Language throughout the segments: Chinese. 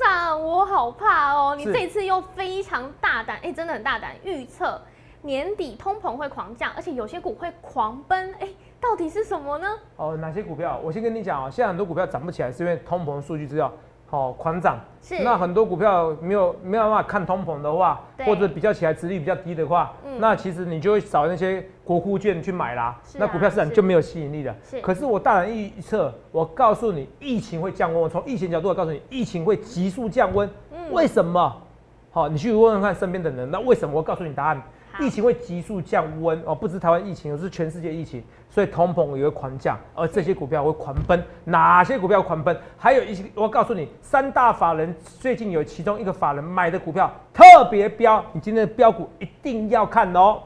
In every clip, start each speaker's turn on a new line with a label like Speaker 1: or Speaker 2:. Speaker 1: 长，我好怕哦！你
Speaker 2: 是
Speaker 1: 这一次又非常大胆，哎，真的很大胆，预测年底通膨会狂降，而且有些股会狂奔，哎，到底是什么呢？
Speaker 2: 哦，哪些股票？我先跟你讲哦，现在很多股票涨不起来，是因为通膨数据资料好、哦、狂涨。
Speaker 1: 是
Speaker 2: 那很多股票没有没有办法看通膨的话，
Speaker 1: 对
Speaker 2: 或者比较起来值率比较低的话，
Speaker 1: 嗯
Speaker 2: 那其实你就会找那些国库券去买啦。
Speaker 1: 是啊
Speaker 2: 那股票市场
Speaker 1: 是
Speaker 2: 就没有吸引力了。
Speaker 1: 是
Speaker 2: 可是我大胆预测，我告诉你，疫情会降温。我从疫情角度，我告诉你，疫情会急速降温。
Speaker 1: 嗯
Speaker 2: 为什么？好、你去问问看身边的人，那为什么？我告诉你答案。
Speaker 1: 好
Speaker 2: 疫情会急速降温哦，不止台湾疫情，而是全世界疫情，所以通膨也会狂降，而这些股票会狂奔。哪些股票狂奔？还有一些，我告诉你，三大法人最近有其中一个法人买的股票特别标，你今天的标股一定要看哦。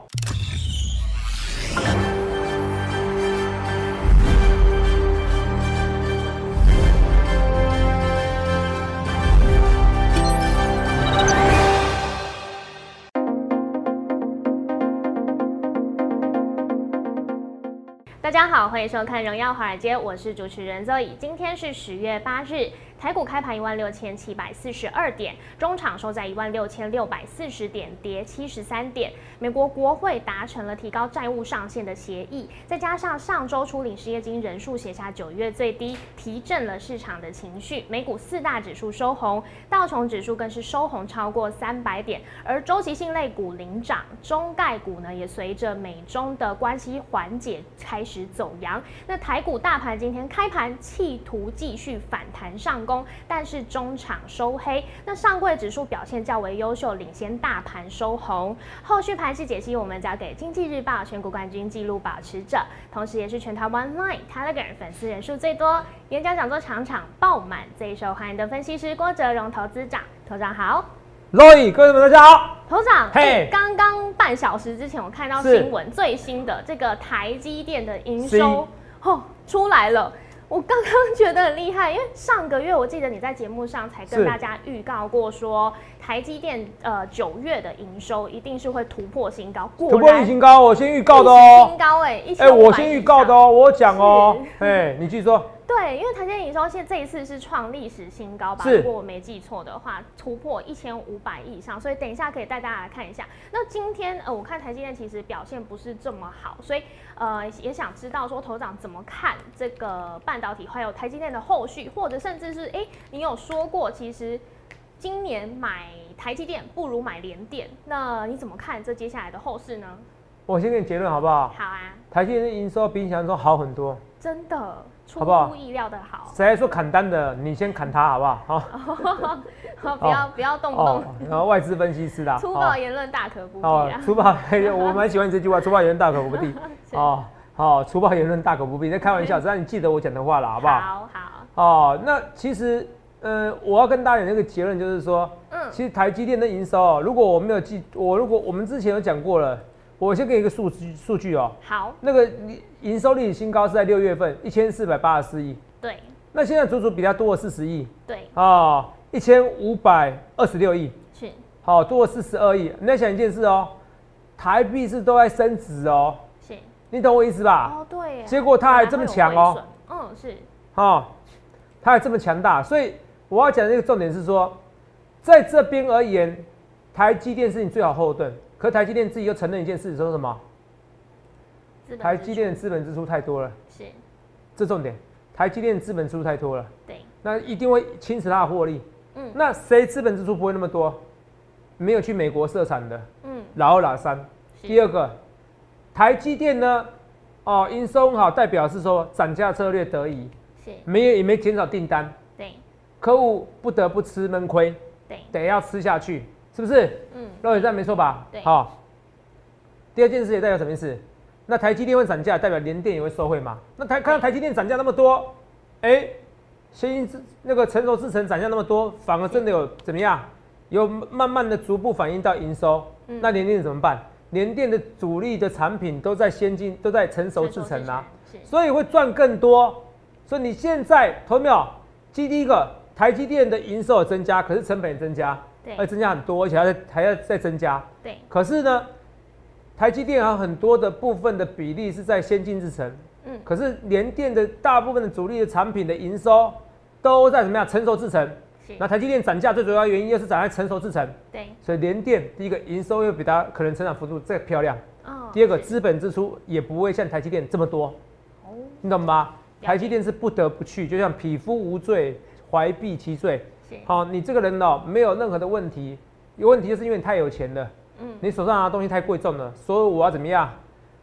Speaker 1: 大家好，欢迎收看《荣耀华尔街》，我是主持人 Zoe。今天是十月八日，台股开盘一万六千七百四十二点，中场收在一万六千六百四十点，跌七十三点。美国国会达成了提高债务上限的协议，再加上上周初领失业金人数写下九月最低，提振了市场的情绪。美股四大指数收红，道琼指数更是收红超过三百点，而周期性类股领涨，中概股呢也随着美中的关系缓解开始走阳。那台股大盘今天开盘企图继续反弹上攻，但是中场收黑。那上柜指数表现较为优秀，领先大盘收红。后续盘势解析，我们交给《经济日报》全股冠军纪录保持者，同时也是全台湾 Line、Telegram 粉丝人数最多、演讲讲座场场爆满、最受欢迎的分析师郭哲荣投资长。头长好。
Speaker 2: Roy，各位们大家好。
Speaker 1: 头长，
Speaker 2: 嘿
Speaker 1: 哎刚刚半小时之前我看到
Speaker 2: 是
Speaker 1: 新闻，最新的这个台积电的营
Speaker 2: 是
Speaker 1: 收哦出来了。我刚刚觉得很厉害，因为上个月我记得你在节目上才跟
Speaker 2: 是
Speaker 1: 大家预告过说，台积电呃九月的营收一定是会突破新高，果
Speaker 2: 突破
Speaker 1: 然
Speaker 2: 疫情高，我先预告的
Speaker 1: 历史
Speaker 2: 哦
Speaker 1: 新。高哎、一
Speaker 2: 哎、
Speaker 1: 千五百
Speaker 2: 我先预告
Speaker 1: 以
Speaker 2: 的
Speaker 1: 上。
Speaker 2: 哦，我有讲哦。哎，你继续说。
Speaker 1: 对，因为台积电营收现在这一次是创历史新高吧？
Speaker 2: 是
Speaker 1: 如果我没记错的话，突破一千五百亿以上，所以等一下可以带大家来看一下。那今天呃，我看台积电其实表现不是这么好，所以呃也想知道说头长怎么看这个半导体，还有台积电的后续，或者甚至是哎、你有说过其实今年买台积电不如买联电，那你怎么看这接下来的后市呢？
Speaker 2: 我先给你结论好不好？
Speaker 1: 好啊，
Speaker 2: 台积电的营收比你想象中好很多。
Speaker 1: 真的出
Speaker 2: 好不好
Speaker 1: 乎意料的好，
Speaker 2: 谁还说砍单的？你先砍他好不好？ 好。 哦
Speaker 1: 不要不要动不 动。
Speaker 2: 然后外资分析师啦，
Speaker 1: 哦粗
Speaker 2: 哦
Speaker 1: 暴言论大可不必啊啦。
Speaker 2: 粗暴，嘿我蛮喜欢这句话，粗暴言论大可 不必。哦，好，粗暴言论大可不必，在开玩笑，只要你记得我讲的话了，好不好？
Speaker 1: 好好，
Speaker 2: 哦，那其实，呃，我要跟大家讲那个结论，就是说，
Speaker 1: 嗯，
Speaker 2: 其实台积电的营收哦，如果我没有记，我如果我们之前有讲过了，我先给一个数据数据哦，
Speaker 1: 好，
Speaker 2: 那个营营收历史新高是在六月份一千四百八十四亿，
Speaker 1: 对
Speaker 2: 那现在足足比它多了四十亿
Speaker 1: 对
Speaker 2: 啊，一千五百二十六亿。
Speaker 1: 是，
Speaker 2: 好，多了四十二亿。你要想一件事哦，台币是都在升值哦，
Speaker 1: 是，
Speaker 2: 你懂我意思吧？
Speaker 1: 哦对耶，
Speaker 2: 结果啊它还这么强哦，
Speaker 1: 本来会有亏损，嗯是，
Speaker 2: 哦，它还这么强大，所以我要讲的这个重点是说，在这边而言，台积电是你最好后盾。可台积电自己又承认一件事，说什么？
Speaker 1: 资本
Speaker 2: 台
Speaker 1: 支
Speaker 2: 积
Speaker 1: 出
Speaker 2: 电的资本支出太多了，
Speaker 1: 是，
Speaker 2: 这重点。台积电资本支出太多了，
Speaker 1: 对，
Speaker 2: 那一定会侵蚀它的获利。
Speaker 1: 嗯
Speaker 2: 那谁资本支出不会那么多？没有去美国设厂的，
Speaker 1: 嗯
Speaker 2: 然后哪三？
Speaker 1: 是
Speaker 2: 第二个，台积电呢，哦，营收很好，代表是说涨价策略得宜，
Speaker 1: 是，
Speaker 2: 没有也没减少订单，
Speaker 1: 对
Speaker 2: 客户不得不吃闷亏，
Speaker 1: 对，
Speaker 2: 得要吃下去，是不是？
Speaker 1: 嗯
Speaker 2: 肉眼站没错吧？
Speaker 1: 对
Speaker 2: 好、第二件事也代表什么意思？那台积电会涨价，代表联电也会收惠嘛？那台看到台积电涨价那么多，哎、先进制那个成熟制程涨价那么多，反而真的有怎么样？有慢慢的逐步反映到营收。
Speaker 1: 嗯
Speaker 2: 那联电怎么办？联电的主力的产品都在先进，都在成熟制程啊，
Speaker 1: 成熟制程是
Speaker 2: 所以会赚更多。所以你现在投没有？第一个，台积电的营收有增加，可是成本也增加，
Speaker 1: 对
Speaker 2: 而且增加很多，而且还在还要再增加。
Speaker 1: 对，
Speaker 2: 可是呢，台积电还有很多的部分的比例是在先进制程，
Speaker 1: 嗯
Speaker 2: 可是联电的大部分的主力的产品的营收都在怎么样成熟制程，
Speaker 1: 是
Speaker 2: 那台积电涨价最主要原因又是涨在成熟制程，
Speaker 1: 对，
Speaker 2: 所以联电第一个营收又比它可能成长幅度再漂亮，
Speaker 1: 哦
Speaker 2: 第二个
Speaker 1: 是
Speaker 2: 资本支出也不会像台积电这么多，
Speaker 1: 哦，
Speaker 2: 你懂吗？
Speaker 1: 解
Speaker 2: 台积电是不得不去，就像匹夫无罪，怀璧其罪。
Speaker 1: 是，
Speaker 2: 好、你这个人哦，没有任何的问题，有问题就是因为你太有钱了，
Speaker 1: 嗯，
Speaker 2: 你手上拿的东西太贵重了，所以我要怎么样？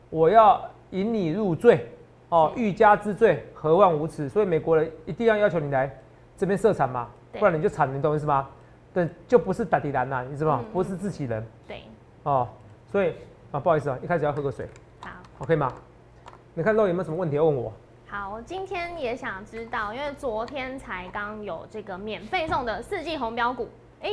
Speaker 2: 我要引你入罪，哦，
Speaker 1: 是
Speaker 2: 欲加之罪，何患无辞？所以美国人一定要要求你来这边设厂嘛，
Speaker 1: 对
Speaker 2: 不然你就惨，你懂我意思吗？对，就不是打底兰呐、你知道吗？
Speaker 1: 嗯
Speaker 2: 不是自己人
Speaker 1: 对，
Speaker 2: 哦，所以啊，不好意思啊，一开始要喝个水，
Speaker 1: 好。
Speaker 2: 好，可以吗？你看肉有没有什么问题要问我？
Speaker 1: 好，今天也想知道，因为昨天才刚有这个免费送的四季红标股，哎、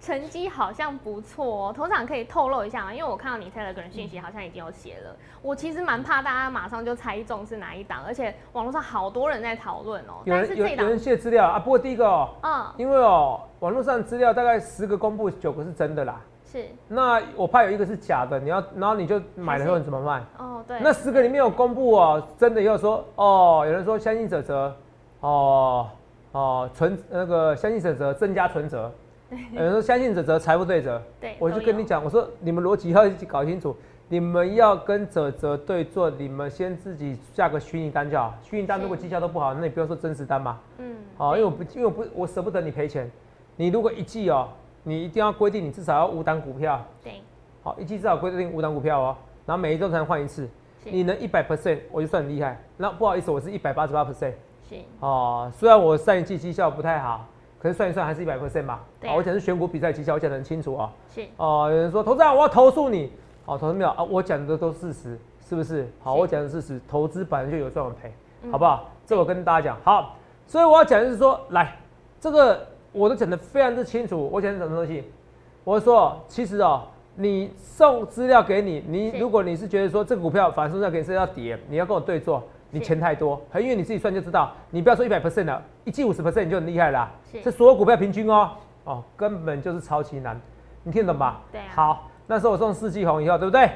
Speaker 1: 成绩好像不错哦。头场可以透露一下吗？因为我看到你 Telegram 讯息好像已经有写了，我其实蛮怕大家马上就猜中是哪一档，而且网络上好多人在讨论哦。
Speaker 2: 有
Speaker 1: 但是
Speaker 2: 人有
Speaker 1: 这一
Speaker 2: 有
Speaker 1: 档，
Speaker 2: 人卸资料啊？不过第一个哦，
Speaker 1: 嗯，
Speaker 2: 因为哦，网络上资料大概十个公布九个是真的啦。
Speaker 1: 是，
Speaker 2: 那我怕有一个是假的，你要，然后你就买了以后你怎么卖？
Speaker 1: 哦，对，
Speaker 2: 那十个里面有公布哦，真的也有说哦，有人说相信者则，哦哦存那个相信者则增加存折，有人说相信者则财富对折，
Speaker 1: 对
Speaker 2: 我就
Speaker 1: 哎都
Speaker 2: 跟你
Speaker 1: 有
Speaker 2: 讲，我说你们逻辑要搞清楚，你们要跟者则对做，你们先自己下个虚拟单就好，虚拟单如果
Speaker 1: 是
Speaker 2: 绩效都不好，那你不要说真实单嘛。
Speaker 1: 嗯，
Speaker 2: 哦，因为我不，因为我不，我舍不得你赔钱。你如果一季哦，你一定要规定你至少要五档股票，
Speaker 1: 对，
Speaker 2: 好、一季至少规定五档股票哦，然后每一周才能换一次。
Speaker 1: 是
Speaker 2: 你能一百 percent，我就算很厉害。那不好意思，我是一百八十八 percent
Speaker 1: 是，
Speaker 2: 哦。虽然我上一季绩效不太好，可是算一算还是一百 percent 嘛。
Speaker 1: 对
Speaker 2: 哦我讲的是选股比赛绩效，我讲的很清楚哦。
Speaker 1: 是，
Speaker 2: 哦，有人说投资长，我要投诉你。哦，投资没有啊，我讲的都是事实，是不是？好，
Speaker 1: 是
Speaker 2: 我讲的是事实，投资本来就有赚有赔，
Speaker 1: 嗯
Speaker 2: 好不好？这我跟大家讲。好，所以我要讲的是说，来，这个我都讲的非常之清楚。我讲的什么东西？我说，其实哦，你送资料给你，你
Speaker 1: 是
Speaker 2: 如果你是觉得说这个股票反正送资料给你是要跌，你要跟我对做，你
Speaker 1: 是
Speaker 2: 钱太多，很远你自己算就知道。你不要说一百 percent 了，一季五十 percent 你就很厉害啦、
Speaker 1: 是
Speaker 2: 这所有股票平均哦，哦，根本就是超级难。你听得懂吧？
Speaker 1: 对啊
Speaker 2: 好，那时候我送四季红以后，对不对？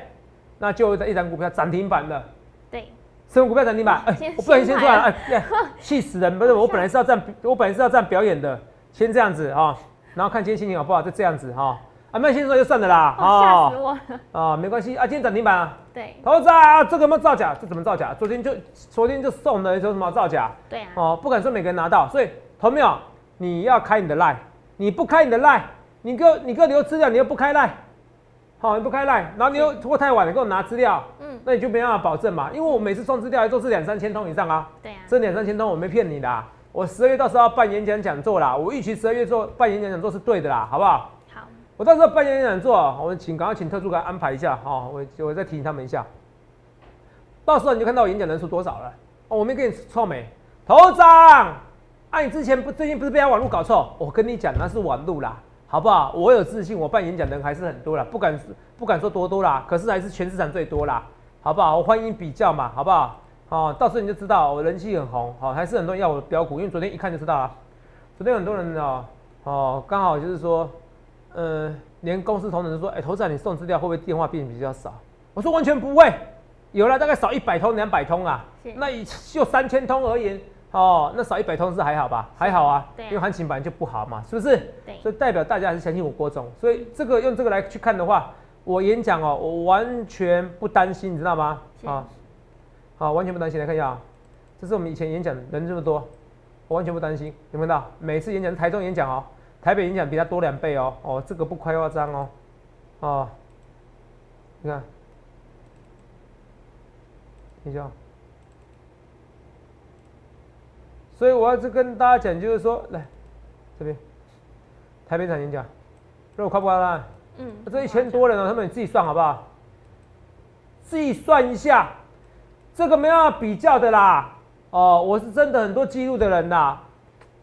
Speaker 2: 那就有一张股票涨停板了，
Speaker 1: 对，
Speaker 2: 什么股票涨停板？哎、
Speaker 1: 先
Speaker 2: 我不小心先
Speaker 1: 哦先
Speaker 2: 出来了，
Speaker 1: 买
Speaker 2: 哎、哎气死人！不是，我本来是要站，我本来是要站表演的，先这样子哈、然后看今天心情好不好，再这样子哈、啊，没有先出来就算了啦，
Speaker 1: 哦，吓死我了，
Speaker 2: 啊、没关系啊，今天涨停板啊，
Speaker 1: 对，
Speaker 2: 投资啊，这个有没有造假？这怎么造假？昨天就昨天就送的，有什么好造假？
Speaker 1: 对啊，
Speaker 2: 哦，不敢说每个人拿到，所以同没有，你要开你的 line，你不开你的 line，你给我你给我留资料，你又不开 line，好、你不开 line，然后你又拖太晚了，给我拿资料，
Speaker 1: 嗯，
Speaker 2: 那你就没办法保证嘛，因为我每次送资料都是两三千通以上啊，
Speaker 1: 对啊，
Speaker 2: 这两三千通我没骗你的啊，我十二月到时候要办演讲讲座啦，我预期十二月做办演讲讲座是对的啦，好不好？
Speaker 1: 好，
Speaker 2: 我到时候办演讲座，啊我们请赶快请特助给他安排一下哈、哦，我我再提醒他们一下。到时候你就看到我演讲人数多少了。哦，我没跟你臭美，头长，啊，你之前不最近不是被他网络搞臭？我跟你讲，那是网络啦，好不好？我有自信，我办演讲人还是很多啦，不敢不敢说多多啦，可是还是全市场最多啦，好不好？我欢迎比较嘛，好不好？哦，到时候你就知道我人气很红，好、还是很多人要我的标股，因为昨天一看就知道啦。昨天很多人哦，哦，刚好就是说，呃，连公司同仁都说，哎、头长你送资料会不会电话变比较少？我说完全不会，有了大概少一百通、两百通啊
Speaker 1: 是，
Speaker 2: 那以就三千通而言，哦，那少一百通是还好吧？还好啊，
Speaker 1: 对啊
Speaker 2: 因为行情本来就不好嘛，是不是？
Speaker 1: 对
Speaker 2: 所以代表大家还是相信我郭总，所以这个用这个来去看的话，我演讲哦，我完全不担心，你知道吗？
Speaker 1: 是
Speaker 2: 啊，好，完全不担心，来看一下啊，这是我们以前演讲人这么多，我完全不担心，有没有看到？每次演讲，台中演讲哦，台北演讲比他多两倍哦，哦，这个不夸张哦，哦，你看，你下哦。所以我要是跟大家讲，就是说，来这边台北场演讲，肉夸不夸张？啊
Speaker 1: 嗯，
Speaker 2: 这一千多人哦，他们你自己算好不好？自己算一下，这个没办法比较的啦。哦，我是真的很多记录的人啦，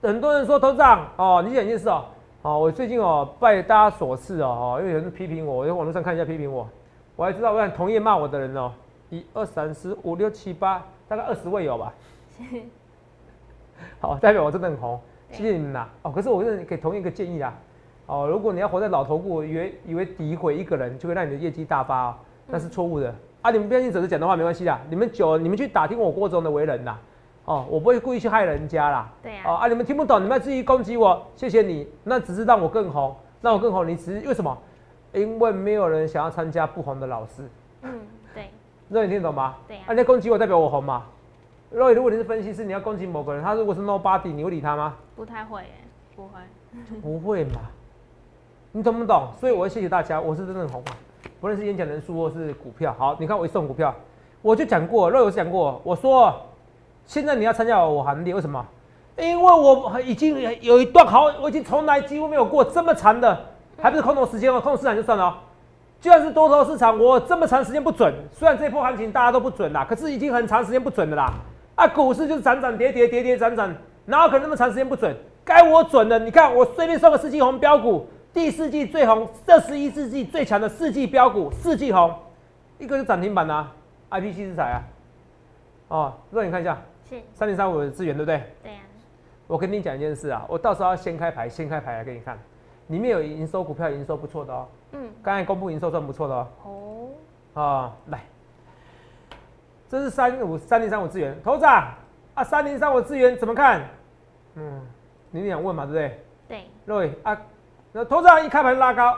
Speaker 2: 很多人说头长哦，你讲一件事哦，哦，我最近哦拜大家所赐哦，哦，因为有人批评我，我在网络上看一下批评我，我还知道我看同业骂我的人哦，一二三四五六七八，大概二十位 有吧。
Speaker 1: 是
Speaker 2: 好，代表我真的很红，
Speaker 1: 对
Speaker 2: 谢谢你们啦。哦，可是我真的给同一个建议啦。哦，如果你要活在老头股，以为以为诋毁一个人就会让你的业绩大发、哦，
Speaker 1: 嗯
Speaker 2: 啊那是错误的、啊！你们不相信只是讲的话没关系啦，你们久了你们去打听我郭总的为人啦。哦，我不会故意去害人家啦。
Speaker 1: 对啊
Speaker 2: 哦啊，你们听不懂，你们自己攻击我，谢谢你，那只是让我更红，让我更红。你只是为什么？因为没有人想要参加不红的老师。
Speaker 1: 嗯，对，
Speaker 2: 那你听得懂吗？
Speaker 1: 对啊
Speaker 2: 你在攻击我，代表我红嘛？若如果你是分析师，你要攻击某个人，他如果是 nobody，你会理他吗？
Speaker 1: 不太会耶，不会。
Speaker 2: 不会嘛？你懂不懂？所以我要谢谢大家，我是真正红啊，不论是演讲人数或是股票。好，你看我一送股票，我就讲过，若有讲过，我说现在你要参加我行列，为什么？因为我已经有一段好，我已经从来几乎没有过这么长的，还不是空头时间哦，空头市场就算了、哦。就算是多头市场，我这么长时间不准，虽然这一波行情大家都不准啦，可是已经很长时间不准的啦。啊，股市就是涨涨跌跌跌跌涨涨，哪有可能那么长时间不准？该我准的，你看我随便送个四季红标股，第四季最红，这十一世纪最强的四季标股，四季红，一个是涨停板啊，IPC 之彩啊，哦，让你看一下
Speaker 1: 是，
Speaker 2: 三零三五的资源对不对？
Speaker 1: 对呀、
Speaker 2: 我跟你讲一件事啊，我到时候要先开牌，先开牌来给你看，里面有营收股票，营收不错的哦，
Speaker 1: 嗯，
Speaker 2: 刚才公布营收算不错的哦。
Speaker 1: 哦，
Speaker 2: 啊、来，这是三五三零三五资源，头长啊，三零三五资源怎么看？嗯，你想问嘛，对不对？
Speaker 1: 对，
Speaker 2: 对啊，那头长一开盘拉高，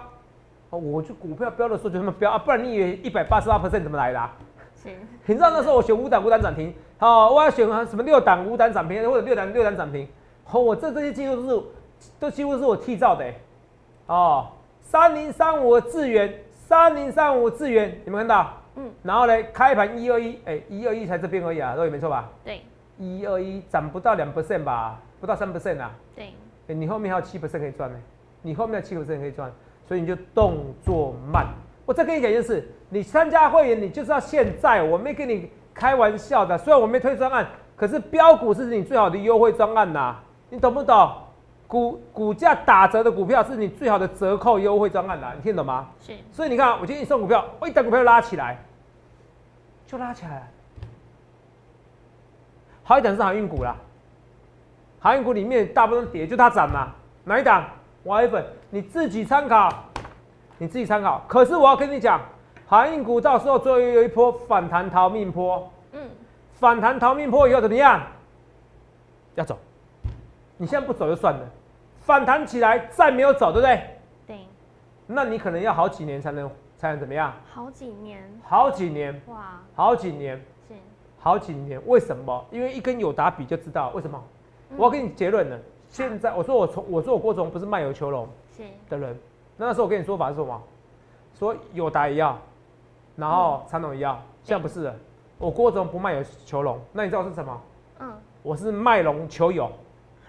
Speaker 2: 哦，我就股票标的时候就这么标啊，不然你以为一百八十八 percent 怎么来的、啊？
Speaker 1: 是，
Speaker 2: 你知道那时候我选五档五档涨停，好、我要选什么六档五档涨停，或者六档六档涨停，好、我这这些技术是都几乎是我替造的、欸，哦，三零三五智源，三零三五智源，你们看到？
Speaker 1: 嗯，
Speaker 2: 然后呢，开盘一二一，哎，一二一才这边而已啊，肉眼没错吧？
Speaker 1: 对，
Speaker 2: 一二一涨不到两 percent 吧，不到三 percent 啊，
Speaker 1: 对，
Speaker 2: 哎，你后面还有七 percent 可以赚呢、你后面有七 percent 可以赚，所以你就动作慢。我再跟你讲一件事，你参加会员，你就知道现在我没跟你开玩笑的，虽然我没推专案，可是标股是你最好的优惠专案呐、你懂不懂？股股价打折的股票是你最好的折扣优惠专案啦、你听懂吗？
Speaker 1: 是，
Speaker 2: 所以你看，我今天一送股票，哎我一档股票拉起来，就拉起来了。啊好一档是航运股啦，航运股里面大部分跌，就它涨嘛。哪一档？我一本，你自己参考，你自己参考。可是我要跟你讲，航运股到时候最后有一波反弹逃命坡，
Speaker 1: 嗯，
Speaker 2: 反弹逃命坡以后怎么样？要走，你现在不走就算了，反弹起来再没有走，对不对？
Speaker 1: 对，
Speaker 2: 那你可能要好几年才能才能怎么样？
Speaker 1: 好几年，
Speaker 2: 好几年，
Speaker 1: 哇，
Speaker 2: 好几年，
Speaker 1: 是，
Speaker 2: 好几年。为什么？因为一跟友达比就知道为什么。
Speaker 1: 嗯
Speaker 2: 我要给你结论了。现在我说我从我说我郭总不是卖油求荣
Speaker 1: 是，
Speaker 2: 的人，那那时候我跟你说法是什么？说友达也要，然后长隆也要，现在不是了。我郭总不卖油求荣，那你知道我是什么？
Speaker 1: 嗯，
Speaker 2: 我是卖龙求友，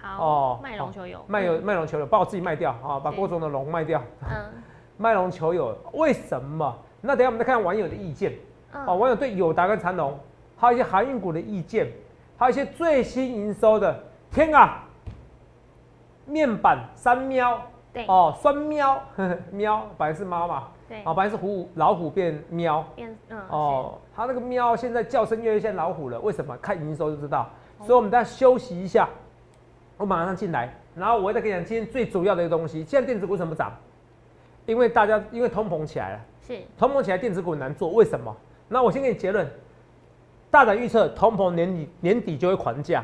Speaker 1: 好，
Speaker 2: 哦
Speaker 1: 卖龙球有，嗯
Speaker 2: 卖油卖龙求友，把我自己卖掉啊，把
Speaker 1: 对
Speaker 2: 郭总的龙卖掉，
Speaker 1: 嗯，
Speaker 2: 卖龙求友。为什么？那等一下我们再看网友的意见。
Speaker 1: 嗯，
Speaker 2: 哦，
Speaker 1: 嗯，
Speaker 2: 网友对友达跟长隆，还有一些航运股的意见，还有一些最新营收的，天啊，面板三喵
Speaker 1: 对，
Speaker 2: 哦，双喵 呵呵喵，本来是猫嘛，
Speaker 1: 对
Speaker 2: 哦，，本来是虎老虎变喵，
Speaker 1: 变，嗯，
Speaker 2: 哦，它那个喵现在叫声越来越像老虎了，为什么？看营收就知道。
Speaker 1: 哦
Speaker 2: 所以我们大家休息一下，我马上进来，然后我再跟你讲今天最主要的一个东西，现在电子股为什么涨？因为大家因为通膨起来了。
Speaker 1: 是，是，
Speaker 2: 通膨起来电子股很难做，为什么？那我先给你结论，大胆预测通膨年底年底就会狂降。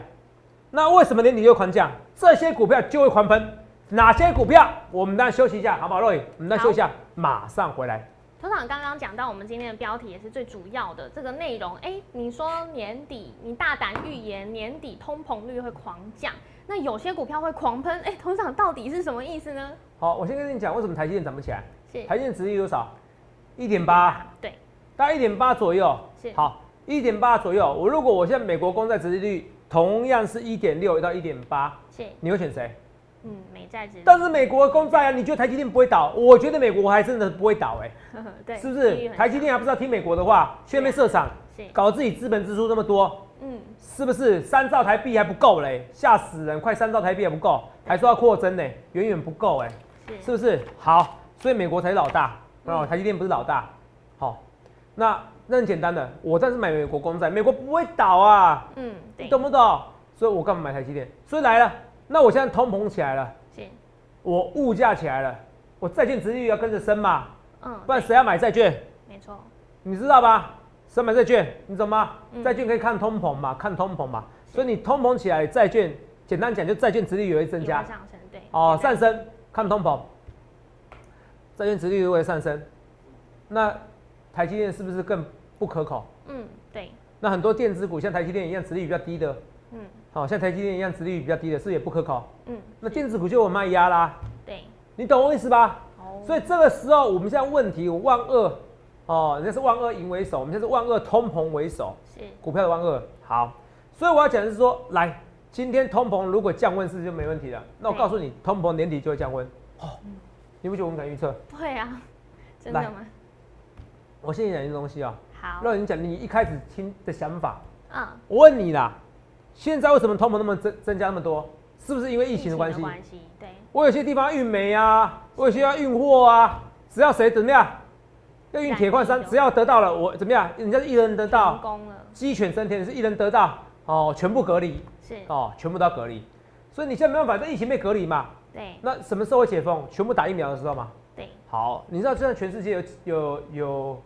Speaker 2: 那为什么年底就会狂降？这些股票就会狂喷，哪些股票？我们当然休息一下，好不好？若雨，我们再休息一下，马上回来。
Speaker 1: 头长刚刚讲到我们今天的标题也是最主要的这个内容，哎、你说年底你大胆预言年底通膨率会狂降，那有些股票会狂喷，哎、头长到底是什么意思呢？
Speaker 2: 好，我先跟你讲为什么台积电涨不起来。
Speaker 1: 是，
Speaker 2: 台积电值率多少？一点八，
Speaker 1: 对，
Speaker 2: 大概一点八左右
Speaker 1: 是。
Speaker 2: 好，一点八左右。我如果我现在美国公债值利率同样是一点六到一点八，
Speaker 1: 是，
Speaker 2: 你会选谁？
Speaker 1: 嗯，美债值，
Speaker 2: 但是美国公债啊，你觉得台积电不会倒？我觉得美国还真的不会倒、欸，
Speaker 1: 对，
Speaker 2: 是不
Speaker 1: 利率
Speaker 2: 是？
Speaker 1: 很
Speaker 2: 台积
Speaker 1: 强
Speaker 2: 电还不知道听美国的话，去那边设厂，
Speaker 1: 是，
Speaker 2: 搞自己资本支出那么多，
Speaker 1: 嗯，
Speaker 2: 是不是？三兆台币还不够嘞，吓死人！快三兆台币还不够，还说要扩增呢、远远不够哎、
Speaker 1: 是，
Speaker 2: 是不是？好，所以美国才是老大，
Speaker 1: 嗯
Speaker 2: 哦，台积电不是老大。好，那那很简单的，我但是买美国公债，美国不会倒啊，
Speaker 1: 嗯，
Speaker 2: 你
Speaker 1: 对，
Speaker 2: 懂不懂？所以我干嘛买台积电？所以来了，那我现在通膨起来了。
Speaker 1: 是，
Speaker 2: 我物价起来了，我债券值率要跟着升嘛，
Speaker 1: 嗯，
Speaker 2: 不然谁要买债券？
Speaker 1: 没错，
Speaker 2: 你知道吧？谁买债券？你懂吗
Speaker 1: 嗯？
Speaker 2: 债券可以看通膨嘛，看通膨嘛。所以你通膨起来，债券简单讲就债券值率也会增
Speaker 1: 也
Speaker 2: 加
Speaker 1: 会，上升，对。
Speaker 2: 哦，
Speaker 1: 对
Speaker 2: 上升看通膨，债券值率会上升，那台积电是不是更不可口？
Speaker 1: 嗯，对，
Speaker 2: 那很多电子股像台积电一样，值率比较低的，
Speaker 1: 嗯
Speaker 2: 好、像台积电一样，值率比较低的，是不是也不可口。
Speaker 1: 嗯，
Speaker 2: 那电子股就有卖压啦，
Speaker 1: 对，
Speaker 2: 你懂我意思吧？
Speaker 1: 哦，
Speaker 2: 所以这个时候，我们现在问题，我万恶哦，人家是万恶淫为首，我们现在是万恶通膨为首，
Speaker 1: 是
Speaker 2: 股票的万恶。好，所以我要讲的是说，来，今天通膨如果降温是不是就没问题了？那我
Speaker 1: 对
Speaker 2: 告诉你，通膨年底就会降温。哦，你不觉得我们敢预测？
Speaker 1: 对啊，真
Speaker 2: 来
Speaker 1: 的吗？
Speaker 2: 我先讲一个东西啊、
Speaker 1: 好，
Speaker 2: 让你讲你一开始听的想法。
Speaker 1: 嗯，
Speaker 2: 我问你啦，现在为什么通膨那么增增加那么多？是不是因为疫情的关系？
Speaker 1: 关系，对，
Speaker 2: 我有些地方运煤啊，我有些要运货啊，只要谁怎么样，要运铁矿山，只要得到了我怎么样，人家是一人得
Speaker 1: 成
Speaker 2: 到，
Speaker 1: 功了，
Speaker 2: 鸡犬升天是一人得到哦，全部隔离
Speaker 1: 是，
Speaker 2: 哦，全部都要隔离，所以你现在没办法，这疫情被隔离嘛，
Speaker 1: 对
Speaker 2: 那什么时候会解封？全部打疫苗的时候嘛。
Speaker 1: 对，
Speaker 2: 好，你知道现在全世界有有有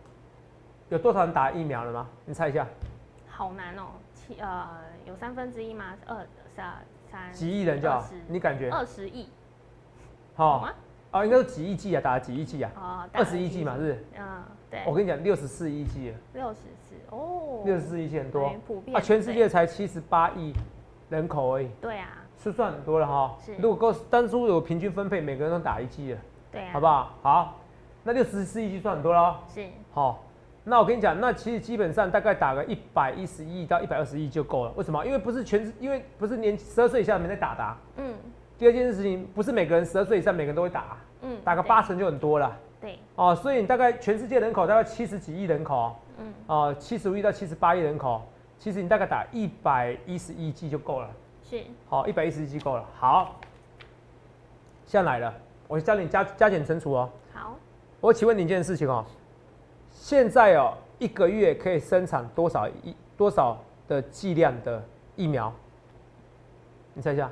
Speaker 2: 有多少人打疫苗了吗？你猜一下，
Speaker 1: 好难哦，七呃，有三分之一吗？二三三
Speaker 2: 几亿人就好
Speaker 1: 二十，
Speaker 2: 你感觉
Speaker 1: 二十亿，好
Speaker 2: 好
Speaker 1: 吗？
Speaker 2: 啊，应该是几亿剂啊，打了几亿剂啊，
Speaker 1: 哦，大
Speaker 2: 二
Speaker 1: 概
Speaker 2: 十亿剂嘛，是不是？
Speaker 1: 嗯，对
Speaker 2: 我，跟你讲，六十四亿剂了，啊
Speaker 1: 六十四哦，
Speaker 2: 六十四亿剂很多
Speaker 1: 哎，普遍
Speaker 2: 啊，全世
Speaker 1: 对
Speaker 2: 界才七十八亿人口而已，
Speaker 1: 对啊，
Speaker 2: 是算很多了哈
Speaker 1: 是。
Speaker 2: 如果够当初有平均分配，每个人都打一剂了，
Speaker 1: 对啊，
Speaker 2: 好不好？好，那六十四亿剂算很多了。
Speaker 1: 是，
Speaker 2: 好，那我跟你讲，那其实基本上大概打个一百一十亿到一百二十亿就够了。为什么？因为不是全，因为不是年十二岁以下没在打的啊。
Speaker 1: 嗯
Speaker 2: 第二件事情，不是每个人十二岁以上每个人都会打啊，
Speaker 1: 嗯，
Speaker 2: 打个
Speaker 1: 对
Speaker 2: 八，成就很多了。
Speaker 1: 对，
Speaker 2: 哦，所以你大概全世界人口大概七十几亿人口，
Speaker 1: 嗯，
Speaker 2: 哦，七十五亿到七十八亿人口，其实你大概打一百一十亿剂就够了，
Speaker 1: 是，
Speaker 2: 好、1一百一十亿剂够了，好，现在来了，我教你加加减乘除哦。
Speaker 1: 好，
Speaker 2: 我请问你一件事情哦，现在哦，一个月可以生产多少亿多少的剂量的疫苗？你猜一下，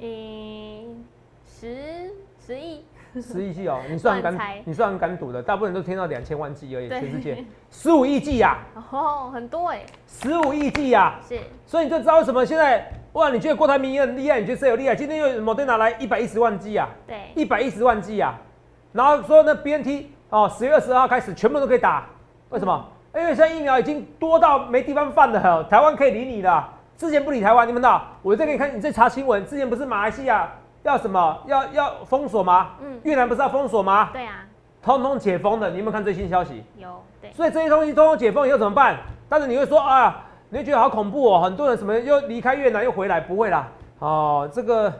Speaker 1: 嗯，十十亿，
Speaker 2: 十亿剂哦，你算
Speaker 1: 乱
Speaker 2: 敢
Speaker 1: 猜，
Speaker 2: 你算敢赌的，大部分人都听到两千万剂而已，
Speaker 1: 对
Speaker 2: 全世界十五亿剂呀，
Speaker 1: 哦，很多哎，
Speaker 2: 十五亿剂呀。
Speaker 1: 是，
Speaker 2: 所以你就知道为什么现在哇，你觉得郭台铭也很厉害，你觉得谁有厉害？今天又某天拿来一百一十万剂啊，
Speaker 1: 对，
Speaker 2: 一百一十万剂啊，然后说那 BNT 哦，十月二十二号开始全部都可以打，为什么？因为现在疫苗已经多到没地方放了，台湾可以理你了。之前不理台湾，你们哪？我再给你看，你再查新闻，之前不是马来西亚要什么要要封锁吗？
Speaker 1: 嗯
Speaker 2: 越南不是要封锁吗？
Speaker 1: 对啊，
Speaker 2: 通通解封的，你有没有看最新消息？
Speaker 1: 有，对，
Speaker 2: 所以这些东西通通解封以后怎么办？但是你会说啊，你会觉得好恐怖哦，很多人什么又离开越南又回来，不会啦，哦，这个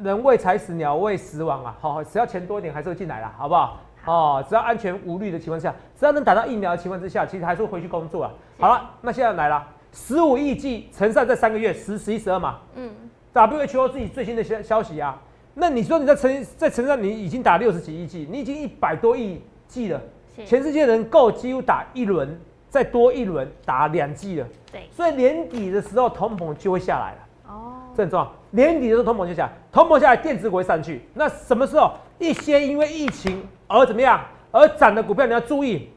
Speaker 2: 人为财死，鸟为食亡啊，好、只要钱多一点还是会进来啦，好不好？哦，只要安全无虑的情况下，只要能打到疫苗的情况之下，其实还是会回去工作啊。
Speaker 1: 是
Speaker 2: 好了，那现在来了，十五亿剂乘上这三个月，十、十一、十二嘛，
Speaker 1: 嗯，
Speaker 2: WHO 自己最新的消消息啊，那你说你在乘在乘上，你已经打六十几亿剂，你已经一百多亿剂了，
Speaker 1: 是
Speaker 2: 全世界人够几乎打一轮，再多一轮打两剂了，
Speaker 1: 对，
Speaker 2: 所以年底的时候通膨就会下来了，
Speaker 1: 哦，
Speaker 2: 这很重要。年底的时候通膨就下来，通膨下来电子股会上去，那什么时候一些因为疫情而怎么样而涨的股票你要注意，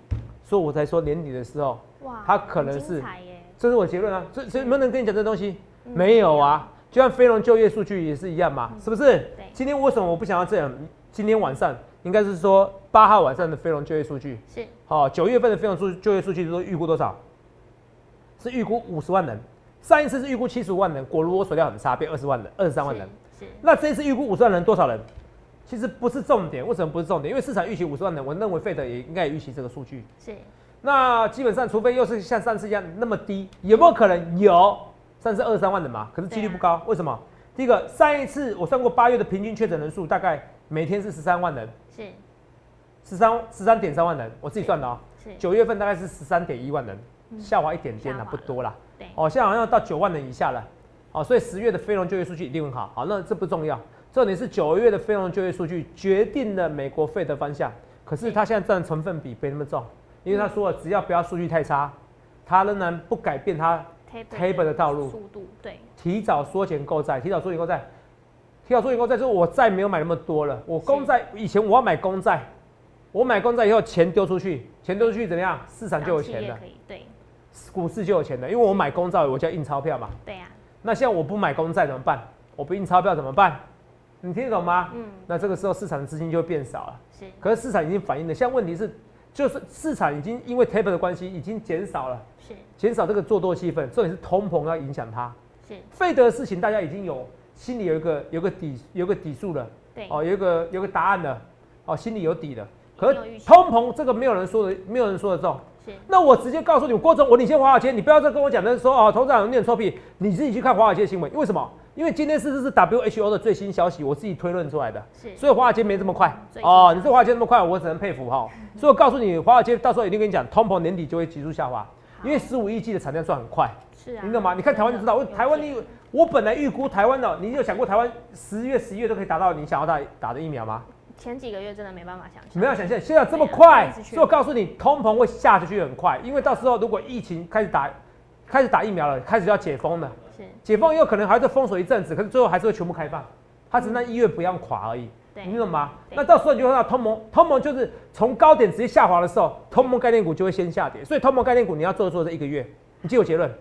Speaker 2: 所以我才说年底的时候
Speaker 1: 哇
Speaker 2: 它可能
Speaker 1: 很精
Speaker 2: 是
Speaker 1: 彩耶，
Speaker 2: 这是我结论啊，所以所以能不能跟你讲这东西？
Speaker 1: 嗯
Speaker 2: 没有啊，就像非农就业数据也是一样嘛，是不是？
Speaker 1: 对
Speaker 2: 今天为什么我不想要这样？今天晚上应该是说八号晚上的非农就业数据，
Speaker 1: 是，
Speaker 2: 好、九月份的非农数就业数据都预估多少？是预估五十万人，上一次是预估七十五万人，果如我所料很差，变二十万人，二十三万人。
Speaker 1: 是，是，
Speaker 2: 那这一次预估五十万人多少人？其实不是重点，为什么不是重点？因为市场预期五十万人，我认为费德也应该也预期这个数据。
Speaker 1: 是，
Speaker 2: 那基本上，除非又是像上次一样那么低，有没有可能有？上次二三万人嘛，可是几率不高。为什么？第一个，上一次我算过八月的平均确诊人数，大概每天是十三万人，
Speaker 1: 是，
Speaker 2: 十三十三点三万人，我自己算的哦。
Speaker 1: 是，
Speaker 2: 九月份大概是十三点一万人，
Speaker 1: 嗯
Speaker 2: 下滑一点点啦
Speaker 1: 下，滑
Speaker 2: 不多啦。
Speaker 1: 对，
Speaker 2: 哦，现在好像到九万人以下了。哦，所以十月的非农就业数据一定很好。好，那这不重要，重点是九月的非农就业数据决定了美国费的方向。可是它现在占的成分比没那么重，因为他说了，只要不要数据太差，它仍然不改变它 table 的道路，
Speaker 1: 速度，对，
Speaker 2: 提早缩减购债，提早缩减购债，提早缩减购债就是我债没有买那么多了，我公债以前我要买公债，我买公债以后钱丢出去，钱丢出去怎么样？市场就有
Speaker 1: 让企
Speaker 2: 钱
Speaker 1: 业
Speaker 2: 了
Speaker 1: 可，以，对，
Speaker 2: 股市就有钱了，因为我买公债我就要印钞票嘛。
Speaker 1: 对啊，
Speaker 2: 那现在我不买公债怎么办？我不印钞票怎么办？你听得懂吗？
Speaker 1: 嗯，
Speaker 2: 那这个时候市场的资金就会变少了。
Speaker 1: 是
Speaker 2: 可是市场已经反映了，现在问题是，就是市场已经因为 taper 的关系已经减少了，
Speaker 1: 是
Speaker 2: 减少这个做多气氛，重点是通膨要影响它。
Speaker 1: 是，
Speaker 2: 费德的事情大家已经有心里有一个有个底有个底数了，
Speaker 1: 对，
Speaker 2: 哦，有一个有个答案了，哦，心里有底了。可是
Speaker 1: 有预期
Speaker 2: 通膨这个没有人说的，没有人说得中。
Speaker 1: 是
Speaker 2: 那我直接告诉你，郭总，我领先华尔街，你不要再跟我讲的说哦，头长有点臭屁，你自己去看华尔街新闻。为什么？因为今天是是 WHO 的最新消息，我自己推论出来的，
Speaker 1: 是，
Speaker 2: 所以华尔街没这么快
Speaker 1: 最新
Speaker 2: 哦。你这华尔街这么快，我只能佩服哈、 所以我告诉你，华尔街到时候一定跟你讲，通膨年底就会急速下滑，
Speaker 1: 好
Speaker 2: 因为十五亿剂的产量算很快，
Speaker 1: 是啊，
Speaker 2: 你懂吗？你看台湾就知道，我
Speaker 1: 真的
Speaker 2: 台湾
Speaker 1: 有
Speaker 2: 你我本来预估台湾的，你有想过台湾十月、十一月都可以达到你想要打打的疫苗吗？
Speaker 1: 前几个月真的没办法想象，
Speaker 2: 没有想象，现在这么快
Speaker 1: 对啊一直，去
Speaker 2: 所以我告诉你，通膨会下去很快，因为到时候如果疫情开始打，开始打疫苗了，开始要解封了，
Speaker 1: 是
Speaker 2: 解封也有可能还会封锁一阵子，可是最后还是会全部开放，它只是让医院不要垮而已，
Speaker 1: 对
Speaker 2: 你懂吗？
Speaker 1: 对
Speaker 2: 那到时候你就会看到通膨，通膨就是从高点直接下滑的时候，通膨概念股就会先下跌，所以通膨概念股你要做做这一个月，你记我结论，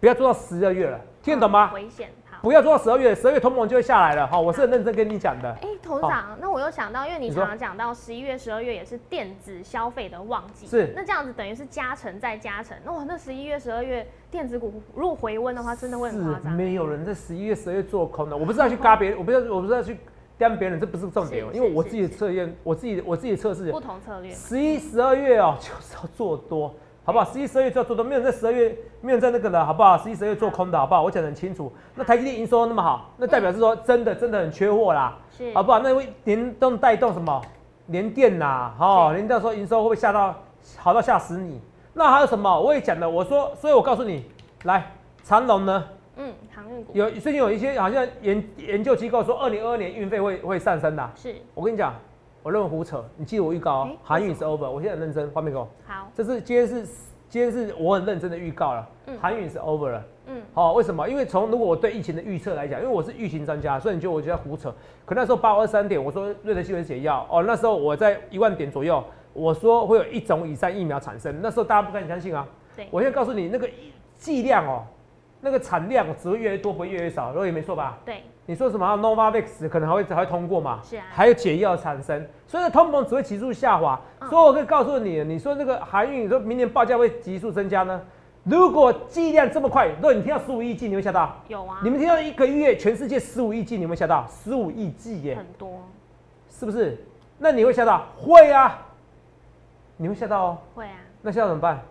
Speaker 2: 不要做到十二月了，听得懂吗？
Speaker 1: 危险，好。
Speaker 2: 不要做到十二月，十二月通膨就会下来了，哈，我是很认真跟你讲的。
Speaker 1: 哎，头
Speaker 2: 好
Speaker 1: 长，那我又想到，因为你
Speaker 2: 哦你
Speaker 1: 常
Speaker 2: 说
Speaker 1: 常讲到十一月、十二月也是电子消费的旺季，
Speaker 2: 是
Speaker 1: 那这样子等于是加成再加成，那我那十一月、十二月电子股如果回温的话，真的会
Speaker 2: 是
Speaker 1: 很夸张。欸
Speaker 2: 没有人在十一月、十二月做空的。我不是要去嘎别人，我不是要，我不是要去刁别人，这不是重点哦。
Speaker 1: 是
Speaker 2: 因为我
Speaker 1: 是
Speaker 2: 自己的测验，我自己我自己的测试，
Speaker 1: 欸不同策略嘛，
Speaker 2: 十一、十二月哦， 就是要做多，好不好？十一、十二月就要做多，没有人在十二月，没有人在那个的，好不好？十一、十二月做空的，好不好？我讲得很清楚。那台积电营收那么好，那代表是说真的真的很缺货啦，
Speaker 1: 是
Speaker 2: 好不好？那会联动带动什么？联电呐、哦，
Speaker 1: 是
Speaker 2: 联电说营收会不会吓到好到吓死你？那还有什么？我也讲了，我说，所以我告诉你，来长隆呢？
Speaker 1: 嗯，航运股
Speaker 2: 有最近有一些好像研研究机构说，二零二二年运费会会上升的、
Speaker 1: 是
Speaker 2: 我跟你讲，我认为胡扯。你记得我预告哦
Speaker 1: 诶，
Speaker 2: 韩、语是 over。我现在很认真，画面给我。
Speaker 1: 好，
Speaker 2: 这是今天是今天是我很认真的预告了
Speaker 1: 嗯，
Speaker 2: 韩、语是 over 了。
Speaker 1: 嗯，
Speaker 2: 好、为什么？因为从如果我对疫情的预测来讲，因为我是疫情专家，所以你觉得我觉得胡扯。可那时候八二三点，我说瑞德西韦是解药哦，那时候我在一万点左右，我说会有一种以上疫苗产生，那时候大家不敢相信啊。
Speaker 1: 对，
Speaker 2: 我现在告诉你，那个剂量哦，那个产量只会越来越多，不会越来越少，然后也没错吧？
Speaker 1: 对，
Speaker 2: 你说什么啊 Novavax 可能还会还会通过嘛？
Speaker 1: 是啊
Speaker 2: 还有解药产生，所以呢，通膨只会急速下滑。
Speaker 1: 嗯
Speaker 2: 所以我可以告诉你，你说这个航运，你说明年报价会急速增加呢？如果剂量这么快，如果你听到十五亿剂，你会吓到？
Speaker 1: 有啊，
Speaker 2: 你们听到一个月全世界十五亿剂，你会吓到？十五亿剂耶，
Speaker 1: 很多
Speaker 2: 是不是？那你会吓到？会啊，你会吓到哦。
Speaker 1: 会啊，
Speaker 2: 那现在怎么办？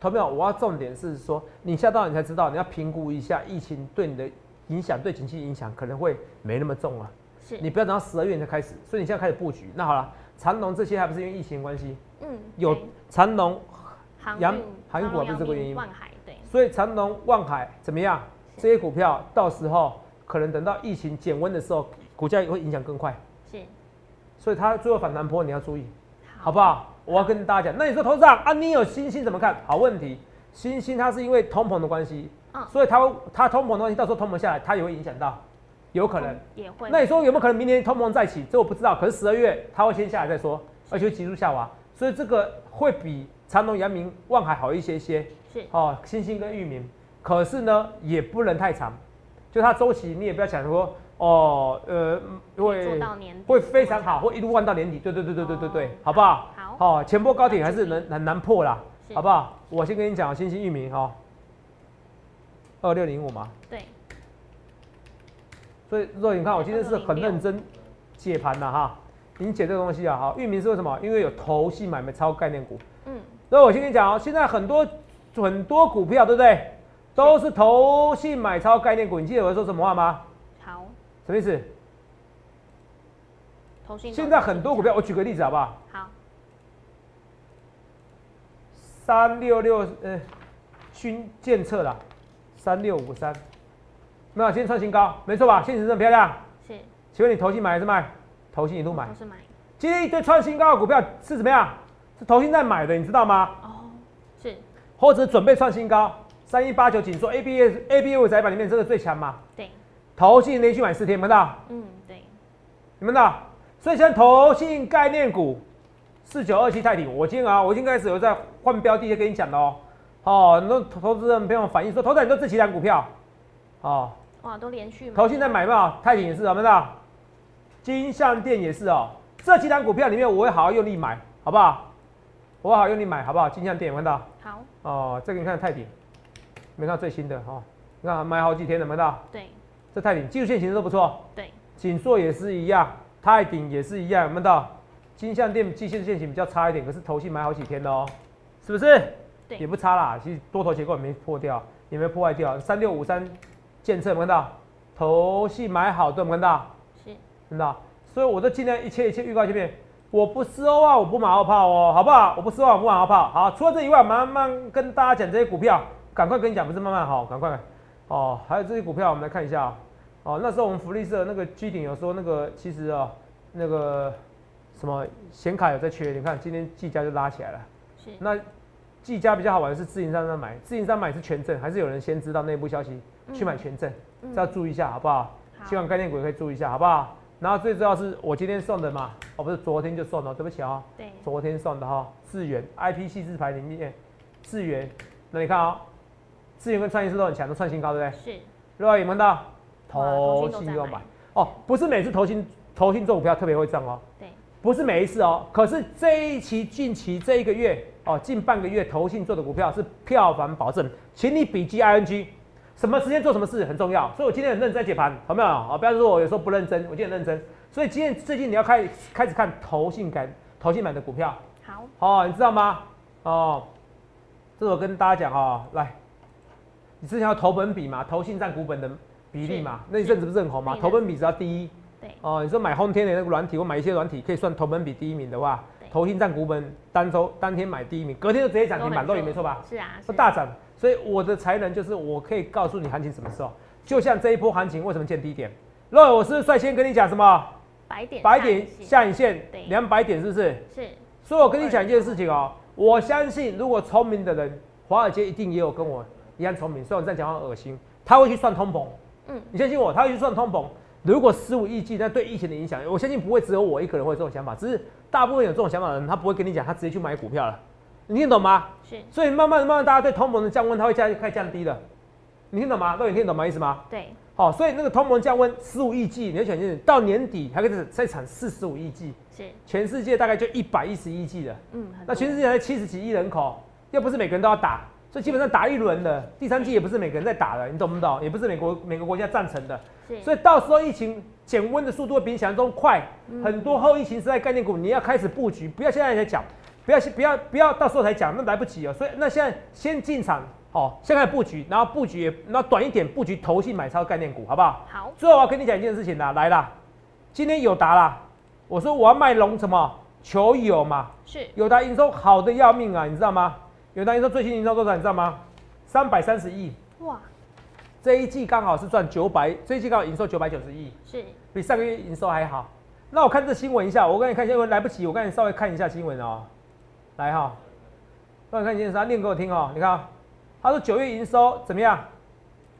Speaker 2: 投票，我要重点是说，你下到你才知道，你要评估一下疫情对你的影响，对经济影响可能会没那么重啊。
Speaker 1: 是，
Speaker 2: 你不要等到十二月你才开始，所以你现在开始布局。那好了，长隆这些还不是因为疫情关系，
Speaker 1: 嗯，
Speaker 2: 有
Speaker 1: 对
Speaker 2: 长隆，
Speaker 1: 航
Speaker 2: 洋
Speaker 1: 运、
Speaker 2: 航运股啊
Speaker 1: 长荣
Speaker 2: 还不是这个
Speaker 1: 阳明
Speaker 2: 原因吗
Speaker 1: 万海对，
Speaker 2: 所以长隆、万海怎么样？
Speaker 1: 是
Speaker 2: 这些股票到时候可能等到疫情减温的时候，股价也会影响更快，
Speaker 1: 是，
Speaker 2: 所以它最后反弹波你要注意。好不好？我要跟大家讲，那你说头长啊，你有星星怎么看？好问题，星星它是因为通膨的关系，
Speaker 1: 嗯
Speaker 2: 所以它会它通膨的关系，到时候通膨下来，它也会影响到，有可能
Speaker 1: 嗯。也会，
Speaker 2: 那你说有没有可能明年通膨再起？这我不知道，可是十二月它会先下来再说，而且会急速下滑，所以这个会比长隆、阳明、望海好一些些
Speaker 1: 是
Speaker 2: 哦。星星跟域名，可是呢也不能太长，就它周期你也不要想说哦，呃，
Speaker 1: 会做
Speaker 2: 会
Speaker 1: 到年底
Speaker 2: 会非常好，会一路换到年底。对对对对对对对，
Speaker 1: 哦
Speaker 2: 好不好？
Speaker 1: 好
Speaker 2: 好、前波高点还是难很难破啦，
Speaker 1: 是
Speaker 2: 好不好？我先跟你讲，星星域名哈，二六零五嘛。
Speaker 1: 对，
Speaker 2: 所以若你看，我今天是很认真解盘的哈，已经解这个东西啊。哈，域名是为什么？因为有投信买卖超概念股。
Speaker 1: 嗯，
Speaker 2: 所以我先跟你讲哦，现在很多很多股票，对不对？都是投信买超概念股。你记得我说什么话吗？
Speaker 1: 好，
Speaker 2: 什么意思？
Speaker 1: 投信
Speaker 2: 现在很多股
Speaker 1: 票
Speaker 2: 票，我举个例子好不好？
Speaker 1: 好，
Speaker 2: 三六六呃，军建策啦，三六五三，没有，今天创新高，没错吧？现实很漂亮。
Speaker 1: 是
Speaker 2: 请问你投信买还是卖？投信一路买
Speaker 1: 都。是买
Speaker 2: 今天一堆创新高的股票是怎么样？是投信在买的，你知道吗？
Speaker 1: 哦，是
Speaker 2: 或者准备创新高，三一八九紧缩 A B S A B U 窄板里面这个最强嘛？
Speaker 1: 对，
Speaker 2: 投信连续买四天，有没有看到？
Speaker 1: 嗯对，
Speaker 2: 你们的，所以现在投信概念股四九二七泰鼎，我今天啊，我已经开始有在换标的，跟你讲了哦。哦，很多投资人朋友反映说，投资人都这几档股票，哦，
Speaker 1: 哇，都连续吗？
Speaker 2: 投信在买嘛，泰鼎也是，有没有看到？金像店也是哦。这几档股票里面，我会好好用力买，好不好？我会好好用力买，好不好？金像店有没有看到？
Speaker 1: 好，
Speaker 2: 哦，这个你看泰鼎，没看到最新的哈、哦，你看买好几天了，有没有看到？
Speaker 1: 对
Speaker 2: 这泰鼎技术线型都不错，
Speaker 1: 对，
Speaker 2: 锦硕也是一样，泰鼎也是一样，有没有看到？金像店技术线型比较差一点，可是投信买好几天了哦，是不是？
Speaker 1: 对
Speaker 2: 也不差啦，其实多头结构也没破掉，也没破坏掉。三六五三建测有没有看到？投信买好都有没有看到？
Speaker 1: 是，
Speaker 2: 真的啊，所以我都尽量一切一切预告前面，我不吃欧啊，我不买奥炮哦，好不好？我不吃欧啊，我不买奥炮。好，除了这以外，慢慢跟大家讲这些股票，赶快跟你讲，不是慢慢好，赶快哦。还有这些股票，我们来看一下哦。哦，那时候我们福利社那个居顶有哦说那个其实哦，那个什么显卡有在缺，你看今天技嘉就拉起来了。
Speaker 1: 是，
Speaker 2: 那技嘉比较好玩的是自营商在买，自营商买是权证，还是有人先知道内部消息去买权证，
Speaker 1: 嗯
Speaker 2: 这要注意一下，好不好？
Speaker 1: 好
Speaker 2: 希望概念股也可以注意一下，好不好？然后最重要是我今天送的嘛，哦不是昨天就送了，对不起啊、
Speaker 1: 对，
Speaker 2: 昨天送的哈、智远 IP 系制牌里面，智远，那你看啊、哦，智远跟创意是都很强，都创新高，对不对？
Speaker 1: 是，
Speaker 2: 另外有没有看到？
Speaker 1: 哇
Speaker 2: 投信
Speaker 1: 都
Speaker 2: 又
Speaker 1: 在
Speaker 2: 买，哦，不是每次投信投信做股票特别会涨哦，
Speaker 1: 对，
Speaker 2: 不是每一次哦，可是这一期近期这一个月哦，近半个月投信做的股票是票房保证，请你笔记 ING，什么时间做什么事很重要，所以我今天很认真在解盘，好没有？哦，不要说我有时候不认真，我今天很认真，所以今天最近你要开开始看投信感投信买的股票
Speaker 1: 好，
Speaker 2: 哦，你知道吗？哦，这是我跟大家讲哦，来，你之前要投本比嘛，投信占股本的比例嘛，那一阵子不是很红嘛
Speaker 1: 是，
Speaker 2: 投本比只要第一。
Speaker 1: 对，
Speaker 2: 哦，你说买轰天的那个软体，我买一些软体可以算投本比第一名的话
Speaker 1: 对，
Speaker 2: 投信占股本单周当天买第一名，隔天就直接涨停板，
Speaker 1: 都很
Speaker 2: 肉眼没错吧？
Speaker 1: 是啊，
Speaker 2: 不
Speaker 1: 是
Speaker 2: 大涨，所以我的才能就是我可以告诉你行情什么时候。就像这一波行情为什么见低点，肉眼我是不是率先跟你讲什么？
Speaker 1: 白点
Speaker 2: 百点
Speaker 1: 下影线
Speaker 2: 下影线
Speaker 1: 对，
Speaker 2: 两百点是不是？
Speaker 1: 是，
Speaker 2: 所以我跟你讲一件事情哦，我相信如果聪明的人，华尔街一定也有跟我一样聪明，虽然我这样讲话很恶心，他会去算通膨。
Speaker 1: 嗯，
Speaker 2: 你相信我，他会去算通膨。如果十五亿计，那对疫情的影响，我相信不会只有我一个人会有这种想法，只是大部分有这种想法的人，他不会跟你讲，他直接去买股票了，你听懂吗？
Speaker 1: 是，
Speaker 2: 所以慢慢地慢慢，大家对通膨的降温，它会降开始降低的，你听懂吗？各位，你听懂吗？意思吗？
Speaker 1: 对，
Speaker 2: 好、所以那个通膨降温十五亿剂，你要想清楚，到年底还可以再再产四十五亿剂，
Speaker 1: 是，
Speaker 2: 全世界大概就一百一十亿剂了。
Speaker 1: 嗯，很
Speaker 2: 那
Speaker 1: 多
Speaker 2: 全世界才七十几亿人口，又不是每个人都要打，所以基本上打一轮的，第三季也不是每个人在打的，你懂不懂？也不是每国每个国家赞成的，
Speaker 1: 是，
Speaker 2: 所以到时候疫情减温的速度会比你想象中快，
Speaker 1: 嗯
Speaker 2: 很多后疫情时代概念股你要开始布局，不要现在才讲，不要不要不要到时候才讲，那来不及了。所以那现在先进场，哦，先开始布局，然后布局也，然后短一点布局投信买超概念股，好不好？
Speaker 1: 好，
Speaker 2: 最后我要跟你讲一件事情啦，来啦，今天友达啦，我说我要卖龙什么求友嘛，
Speaker 1: 是，
Speaker 2: 友达营收好的要命啊，你知道吗？友达营收最新营收多少？你知道吗？三百三十亿，
Speaker 1: 哇，
Speaker 2: 这一季刚好是赚九百，这一季刚好营收九百九十亿，
Speaker 1: 是，
Speaker 2: 比上个月营收还好。那我看这新闻一下，我跟你看一下，因为来不及，我跟你稍微看一下新闻哦。来哈、让我看一件事，他念给我听哦。你看、哦，他说九月营收怎么样？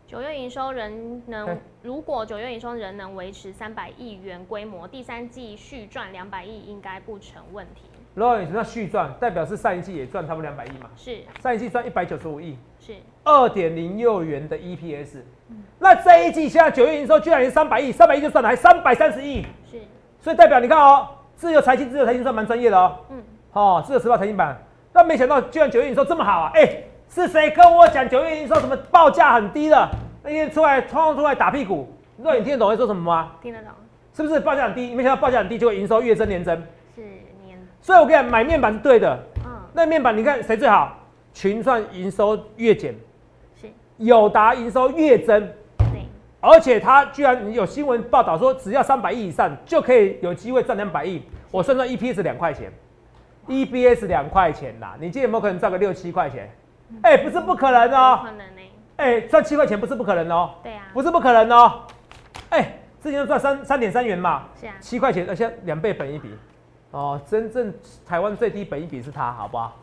Speaker 1: 九月营收仍能
Speaker 2: 哎，
Speaker 1: 如果九月营收仍能维持三百亿元规模，第三季续赚两百亿应该不成问题。
Speaker 2: 如果你什么续赚，代表是上一季也赚差不多两百亿嘛，
Speaker 1: 是
Speaker 2: 上一季赚一百九十五亿，
Speaker 1: 是，
Speaker 2: 二点零六元的 EPS。那这一季现在九月营收居然也三百亿，三百亿就算了，还三百三十亿。
Speaker 1: 是，
Speaker 2: 所以代表你看哦，自由财经，自由财经算蛮专业的哦，
Speaker 1: 嗯，
Speaker 2: 哦，自由时报财经版。但没想到居然九月营收这么好啊！哎、是谁跟我讲九月营收什么报价很低的？那天出来冲出来打屁股，你知道你听得懂我在说什么吗？
Speaker 1: 听得懂，
Speaker 2: 是不是报价很低？你没想到报价很低，结果营收月增年增。
Speaker 1: 是年，
Speaker 2: 所以我跟你讲，买面板是对的。
Speaker 1: 嗯，
Speaker 2: 那面板你看谁最好？群创营收月减，
Speaker 1: 是
Speaker 2: 友达营收月增，
Speaker 1: 对，
Speaker 2: 而且它居然有新闻报道说，只要三百亿以上就可以有机会赚两百亿。我算算 EPS 两块钱，EBS 两块钱啦，你今天有没有可能赚个六七块钱？哎、不是不可能
Speaker 1: 有
Speaker 2: 哦、
Speaker 1: 嗯可能呢，
Speaker 2: 哎、赚七块钱不是不可能哦、
Speaker 1: 对啊，
Speaker 2: 不是不可能哦、哎、之前就赚三三点三元嘛，
Speaker 1: 是啊，
Speaker 2: 七块钱，而且两倍本一比，哦，真正台湾最低本一比是它，好不好？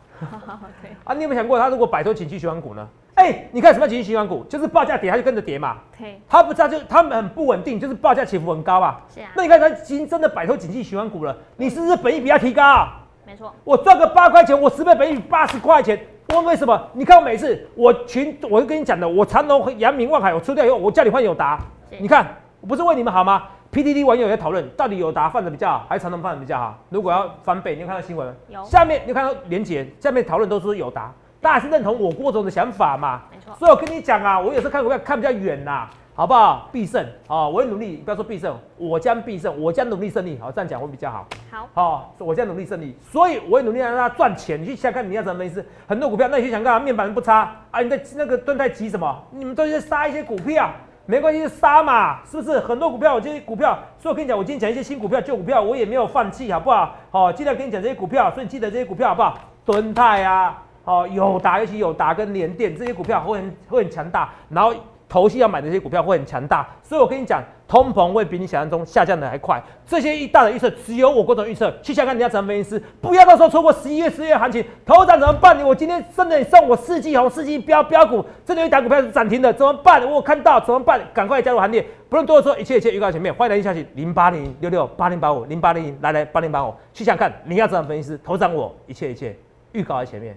Speaker 1: 对，
Speaker 2: 啊，你有没有想过，它如果摆脱景气循环股呢？哎、你看什么叫景气循环股？就是报价跌，它就跟着跌嘛。
Speaker 1: 对，
Speaker 2: 它不知道就它们很不稳定，就是报价起伏很高嘛。
Speaker 1: 是啊
Speaker 2: 那你看它已经真的摆脱景气循环股了，你是不是本益比要提高啊、
Speaker 1: 没错，
Speaker 2: 我赚个八块钱，我十倍本益比八十块钱，问为什么？你看我每次我群，我就跟你讲的，我长隆、和阳明、望海，我出掉以后，我叫你换友达，
Speaker 1: 是
Speaker 2: 你看我不是为你们好吗？PDD 网友也在讨论，到底友达放的比较好，还是长隆放的比较好？如果要翻倍，你有看到新闻吗？
Speaker 1: 有
Speaker 2: 下面你有看到连结，下面讨论都是友达，大家是认同我郭总的想法嘛？
Speaker 1: 没错
Speaker 2: 所以我跟你讲啊，我有时候看股票看比较远呐、好不好？必胜啊、哦！我会努力，不要说必胜，我将必胜，我将努力胜利。好，这样讲会比较好。
Speaker 1: 好，
Speaker 2: 好、我现在努力胜利，所以我也努力让它赚钱。你去想看你要怎么意思？很多股票，那你去想干嘛？面板不差啊，你在那个蹲在急什么？你们都在杀一些股票，没关系，就杀嘛，是不是？很多股票，我这些股票，所以我跟你讲，我今天讲一些新股票、旧股票，我也没有放弃，好不好？好、尽量跟你讲这些股票，所以你记得这些股票好不好？敦泰啊，哦，友达，尤其友达跟联电这些股票会很会很强大，然后投信要买的这些股票会很强大，所以我跟你讲，通膨会比你想象中下降的还快。这些一大的预测，只有我郭总预测。去香港你要怎么分析师，不要到时候错过十一月、十月行情，头涨怎么办？你我今天真的送我四季红、四季标标股，真的有一档股票是涨停的，怎么办？我有看到怎么办？赶快加入行列。不用多说，一切一切预告前面，欢迎来电消息零八零六六八零八五零八零来来八零八五，去想看你要怎么分析师，头涨我一切一切预告在前面。